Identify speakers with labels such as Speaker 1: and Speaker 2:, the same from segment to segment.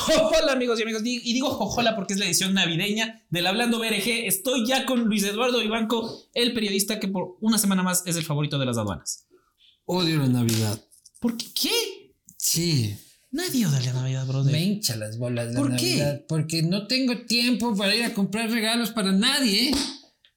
Speaker 1: Jojola, amigos y amigos. Y digo Jojola porque es la edición navideña del Hablando BRG. Estoy ya con Luis Eduardo Ibanco, el periodista que por una semana más es el favorito de las aduanas.
Speaker 2: Odio la Navidad.
Speaker 1: ¿Por qué? ¿Qué?
Speaker 2: Sí.
Speaker 1: Nadie odia la Navidad, brother.
Speaker 2: Me hincha las bolas la
Speaker 1: ¿Por qué?
Speaker 2: Navidad. Porque no tengo tiempo para ir a comprar regalos para nadie. ¿eh?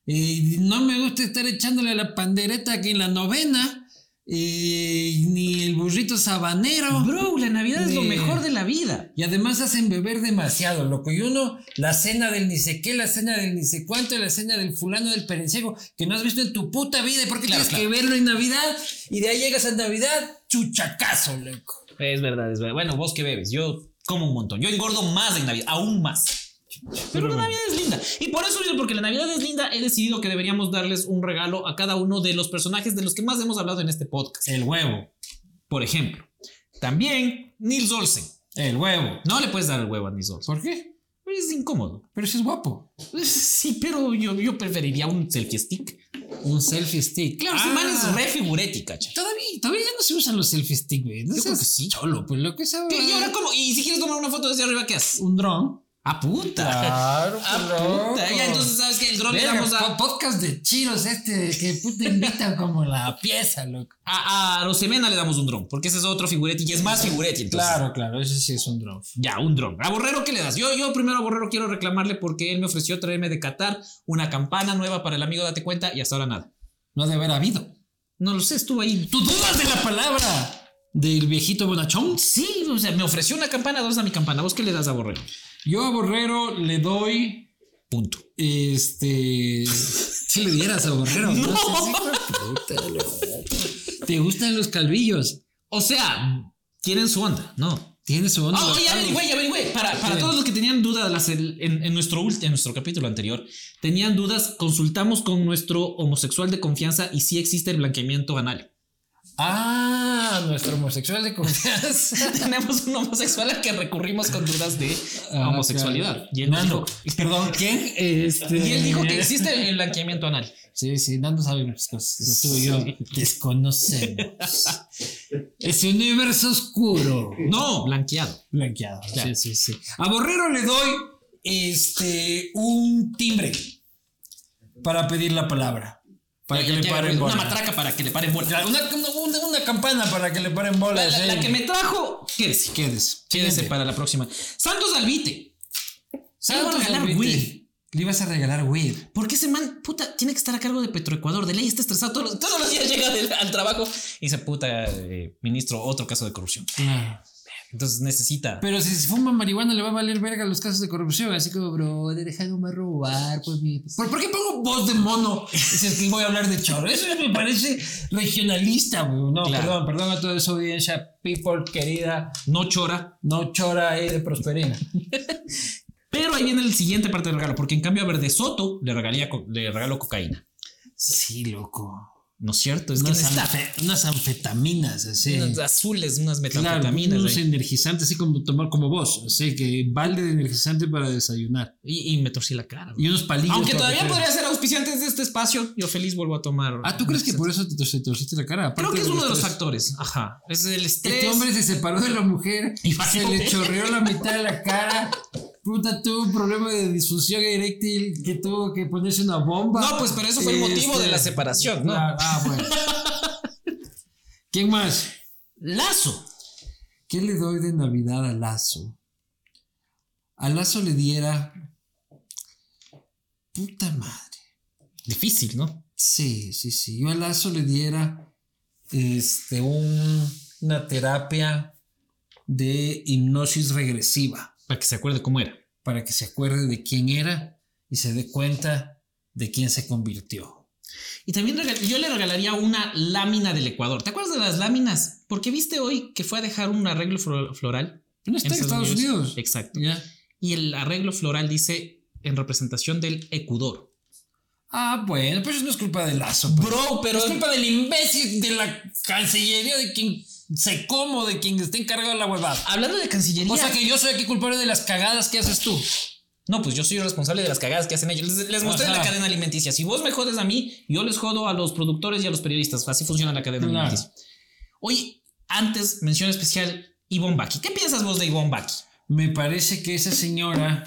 Speaker 2: Y no me gusta estar echándole la pandereta aquí en la novena. Y ni el burrito sabanero.
Speaker 1: Bro, la Navidad es lo
Speaker 2: De-
Speaker 1: mejor de la vida.
Speaker 2: Y además hacen beber demasiado, loco. Y uno, la cena del ni sé qué, la cena del ni sé cuánto, la cena del fulano del perencego, que no has visto en tu puta vida. ¿Y por qué
Speaker 1: Claro,
Speaker 2: tienes que verlo en Navidad? Y de ahí llegas a Navidad, chuchacazo, loco.
Speaker 1: Es verdad, es verdad. Bueno, vos que bebes, yo como un montón. Yo engordo más en Navidad, aún más. Pero la Navidad es linda. Y por eso, mismo, porque la Navidad es linda, he decidido que deberíamos darles un regalo a cada uno de los personajes de los que más hemos hablado en este podcast.
Speaker 2: El huevo,
Speaker 1: Por ejemplo, también Nils Olsen.
Speaker 2: el huevo.
Speaker 1: No le puedes dar el huevo a Nils Olsen.
Speaker 2: ¿Por qué?
Speaker 1: Es incómodo.
Speaker 2: Pero si es guapo.
Speaker 1: Sí, pero yo, yo preferiría un selfie stick.
Speaker 2: Un selfie stick. Ah.
Speaker 1: Claro, ese man es re figuretti, cacha.
Speaker 2: Todavía, todavía no se usan los selfie stick, güey. No
Speaker 1: Yo creo
Speaker 2: seas
Speaker 1: que sí.
Speaker 2: Cholo, pues lo que sea.
Speaker 1: ¿Y ahora cómo? ¿Y si quieres tomar una foto desde arriba, qué haces?
Speaker 2: un dron.
Speaker 1: ¡A puta!
Speaker 2: Claro,
Speaker 1: ¡A puta! Ya, entonces, ¿sabes que El drone le
Speaker 2: Verga,
Speaker 1: damos a,
Speaker 2: po- podcast de chiros este que puta invitan como la pieza, loco.
Speaker 1: a, a Rosemena le damos un dron, porque ese es otro figuretti y es más figuretti. Entonces.
Speaker 2: claro, ese sí es un drone.
Speaker 1: Ya, un dron. ¿A Borrero qué le das? Yo, yo primero a Borrero quiero reclamarle porque él me ofreció traerme de Qatar una campana nueva para el amigo Date Cuenta y hasta ahora nada.
Speaker 2: No ha de haber habido.
Speaker 1: No lo sé, estuvo ahí.
Speaker 2: ¿Tú dudas de la palabra del viejito bonachón?
Speaker 1: Sí, o sea, me ofreció una campana, dos a mi campana. ¿Vos qué le das a Borrero?
Speaker 2: Yo a Borrero le doy.
Speaker 1: Punto.
Speaker 2: Este. Si le dieras a Borrero,
Speaker 1: No.
Speaker 2: No seas hijo de puta, loco. Te gustan los calvillos.
Speaker 1: O sea, tienen su onda, ¿no?
Speaker 2: Tiene su onda.
Speaker 1: Oh,
Speaker 2: los
Speaker 1: ya
Speaker 2: calvos.
Speaker 1: averigüé, ya averigüé. Para, para
Speaker 2: Sí.
Speaker 1: todos los que tenían dudas las- el- en, en nuestro ulti- en nuestro capítulo anterior, tenían dudas, consultamos con nuestro homosexual de confianza y sí existe el blanqueamiento anal.
Speaker 2: Ah, nuestro homosexual de confianza.
Speaker 1: Tenemos un homosexual al que recurrimos con dudas de
Speaker 2: Ah,
Speaker 1: homosexualidad.
Speaker 2: claro.
Speaker 1: Y, él nos
Speaker 2: Nando.
Speaker 1: dijo-
Speaker 2: Perdón, ¿quién? Este...
Speaker 1: y él dijo que existe el blanqueamiento anal.
Speaker 2: Sí, sí, Nando sabe muchas cosas que tú y yo desconocemos. Ese universo oscuro.
Speaker 1: No, blanqueado.
Speaker 2: Blanqueado.
Speaker 1: Claro.
Speaker 2: Sí, sí, sí. A Borrero le doy este, un timbre para pedir la palabra. Para
Speaker 1: Ya,
Speaker 2: que
Speaker 1: ya,
Speaker 2: le
Speaker 1: ya,
Speaker 2: paren
Speaker 1: Una
Speaker 2: bola.
Speaker 1: matraca para que le paren bola.
Speaker 2: Claro, Una, una- una- una campana para que le paren bola.
Speaker 1: La, la- la
Speaker 2: sí.
Speaker 1: que me trajo, quédese.
Speaker 2: Quédese.
Speaker 1: Quédese
Speaker 2: Siguiente.
Speaker 1: para la próxima. Santos Albite.
Speaker 2: Santos
Speaker 1: Santos regalar
Speaker 2: Albite.
Speaker 1: weed.
Speaker 2: Le ibas a regalar weed.
Speaker 1: Porque ese man, puta, tiene que estar a cargo de Petroecuador. De ley está estresado. Todos los, todos los días llega del- al trabajo y dice, puta, eh, ministro, otro caso de corrupción.
Speaker 2: Claro.
Speaker 1: Entonces necesita.
Speaker 2: Pero si se fuma marihuana le va a valer verga los casos de corrupción. Así como, bro, de dejar de robar, pues mi. ¿Por, por qué pongo voz de mono? Si es que voy a hablar de chorro. Eso me parece regionalista, güey. No,
Speaker 1: Claro.
Speaker 2: perdón, perdón a toda esa audiencia, people querida,
Speaker 1: No chora.
Speaker 2: no chora ahí de Prosperina.
Speaker 1: Pero ahí viene el siguiente parte del regalo. Porque en cambio a Verde Soto le, regalía co- le regaló cocaína.
Speaker 2: Sí, loco.
Speaker 1: ¿No es cierto? Es que
Speaker 2: unas,
Speaker 1: necesita
Speaker 2: anfe- unas anfetaminas, así.
Speaker 1: unas azules, unas
Speaker 2: Claro,
Speaker 1: metanfetaminas.
Speaker 2: unos
Speaker 1: ahí.
Speaker 2: energizantes, así como tomar como vos. Así que balde de energizante para desayunar.
Speaker 1: y, y me torcí la cara. güey.
Speaker 2: Y unos palillos.
Speaker 1: Aunque
Speaker 2: para
Speaker 1: todavía
Speaker 2: meter.
Speaker 1: podría ser auspiciantes de este espacio, yo feliz vuelvo a tomar. este
Speaker 2: Ah, ¿tú crees que por eso te, tor- te torciste la cara?
Speaker 1: Creo
Speaker 2: Aparte
Speaker 1: que es uno de los
Speaker 2: tres-
Speaker 1: factores. Ajá. Es el estrés.
Speaker 2: Este hombre se separó de la mujer
Speaker 1: Y
Speaker 2: y
Speaker 1: pasó.
Speaker 2: se le chorreó la mitad de la cara. Puta, tuvo un problema de disfunción eréctil que tuvo que ponerse una bomba.
Speaker 1: No, pues, pero eso fue el motivo de la separación, ¿no?
Speaker 2: Ah, ah, bueno. ¿Quién más?
Speaker 1: Lazo.
Speaker 2: ¿Qué le doy de Navidad a Lazo? A Lazo le diera. Puta madre.
Speaker 1: Difícil, ¿no?
Speaker 2: Sí, sí, sí. Yo a Lazo le diera este, un- una terapia de hipnosis regresiva
Speaker 1: Para que se acuerde cómo era.
Speaker 2: para que se acuerde de quién era y se dé cuenta de quién se convirtió.
Speaker 1: Y también regal- yo le regalaría una lámina del Ecuador. ¿Te acuerdas de las láminas? Porque viste hoy que fue a dejar un arreglo flo- floral.
Speaker 2: No
Speaker 1: en
Speaker 2: está en Estados Unidos.
Speaker 1: Exacto.
Speaker 2: Ya.
Speaker 1: Y el arreglo floral dice en representación del Ecuador.
Speaker 2: Ah, bueno, pero eso no es culpa de Lazo. pues.
Speaker 1: Bro, pero
Speaker 2: es culpa del imbécil de la Cancillería, de quien se como, de quien esté encargado de la huevada.
Speaker 1: hablando de Cancillería.
Speaker 2: O sea que yo soy aquí culpable de las cagadas que haces tú.
Speaker 1: No, pues yo soy responsable de las cagadas que hacen ellos. Les, les mostré
Speaker 2: Ajá.
Speaker 1: la cadena alimenticia. Si vos me jodes a mí, yo les jodo a los productores y a los periodistas. Así funciona la cadena
Speaker 2: Claro.
Speaker 1: alimenticia. Oye, antes, mención especial, Ivonne Baki. ¿Qué piensas vos de Ivonne Baki?
Speaker 2: me parece que esa señora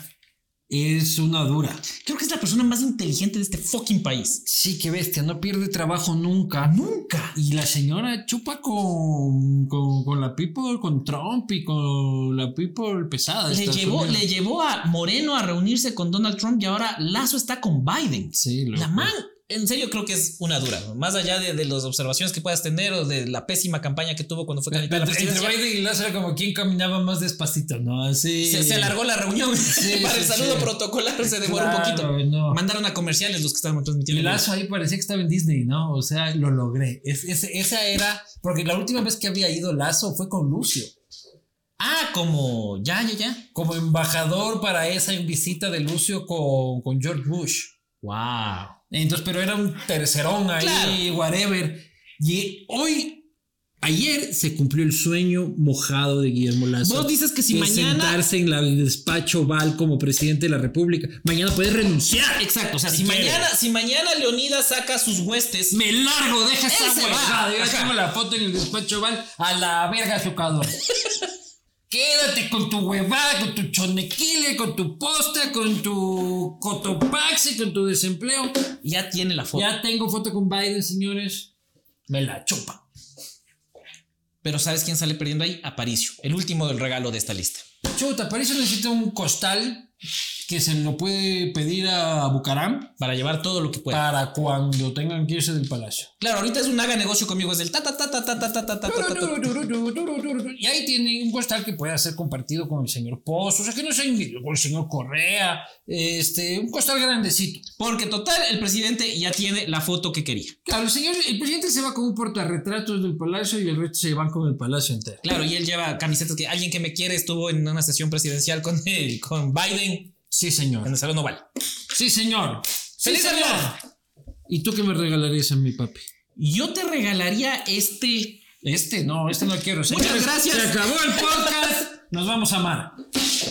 Speaker 2: es una dura.
Speaker 1: Creo que es la persona más inteligente de este fucking país.
Speaker 2: Sí, qué bestia, no pierde trabajo nunca.
Speaker 1: Nunca.
Speaker 2: Y la señora chupa con, con, con la people, con Trump y con la people pesada. de
Speaker 1: Le
Speaker 2: Estados
Speaker 1: llevó,
Speaker 2: Unidos.
Speaker 1: le llevó a Moreno a reunirse con Donald Trump y ahora Lazo está con Biden.
Speaker 2: Sí, loco.
Speaker 1: La man, en serio, creo que es una dura. ¿no? Más allá de, de las observaciones que puedas tener o de la pésima campaña que tuvo cuando fue candidata a la
Speaker 2: Entre, entre
Speaker 1: presidencia.
Speaker 2: Biden y Lazo era como quien caminaba más despacito, ¿no? Así.
Speaker 1: Se, se alargó la reunión
Speaker 2: Sí,
Speaker 1: para el
Speaker 2: sí,
Speaker 1: saludo
Speaker 2: sí.
Speaker 1: protocolar, se demoró un poquito.
Speaker 2: Claro, no.
Speaker 1: Mandaron a comerciales los que estaban transmitiendo.
Speaker 2: Y Lazo ahí parecía que estaba en Disney, ¿no? O sea, lo logré. Es- es- esa era. Porque la última vez que había ido Lazo fue con Lucio.
Speaker 1: Ah, como ya, ya, ya.
Speaker 2: Como embajador para esa visita de Lucio con, con George Bush.
Speaker 1: Wow.
Speaker 2: Entonces, pero era un tercerón ahí,
Speaker 1: Claro.
Speaker 2: whatever. Y hoy, ayer, se cumplió el sueño mojado de Guillermo Lazo.
Speaker 1: Vos dices que si
Speaker 2: de
Speaker 1: mañana-
Speaker 2: sentarse en la- el despacho Val como presidente de la República. Mañana puedes renunciar.
Speaker 1: Exacto. O sea,
Speaker 2: Si
Speaker 1: si,
Speaker 2: quieres.
Speaker 1: mañana, si mañana Leonidas saca sus huestes.
Speaker 2: Me largo, deja
Speaker 1: Él
Speaker 2: esa
Speaker 1: se va.
Speaker 2: huevada. Yo
Speaker 1: Ajá.
Speaker 2: tengo la foto en el despacho Val a la verga socador. Quédate con tu huevada, con tu chonequile, con tu posta, con tu cotopaxi, con tu desempleo.
Speaker 1: Ya tiene la foto.
Speaker 2: Ya tengo foto con Biden, señores. Me la chupa.
Speaker 1: Pero ¿sabes quién sale perdiendo ahí? Aparicio, el último del regalo de esta lista.
Speaker 2: Chuta, para eso necesita un costal que se lo puede pedir a Bucaram
Speaker 1: Para llevar todo lo que pueda.
Speaker 2: para cuando tengan que irse del palacio.
Speaker 1: Claro, ahorita es un haga negocio conmigo, es del ta ta ta ta ta ta ta ta ta ta, ta, ta.
Speaker 2: Y ahí tiene un costal que puede ser compartido con el señor Pozo, o sea, que no sea individuo, con el señor Correa, este, un costal grandecito.
Speaker 1: Porque total, el presidente ya tiene la foto que quería.
Speaker 2: Claro, el señor, el presidente se va con un portarretratos del palacio y el resto se van con el palacio entero.
Speaker 1: Claro, y él lleva camisetas que alguien que me quiere estuvo en una sesión presidencial con él, con Biden,
Speaker 2: Sí,
Speaker 1: en
Speaker 2: señor.
Speaker 1: el Salón Oval.
Speaker 2: Sí, señor. Sí,
Speaker 1: ¡Feliz
Speaker 2: señor.
Speaker 1: Navidad!
Speaker 2: ¿Y tú qué me regalarías a mi papi?
Speaker 1: Yo te regalaría este
Speaker 2: Este no, este no quiero.
Speaker 1: Muchas gracias.
Speaker 2: Se acabó el podcast. Nos vamos a amar.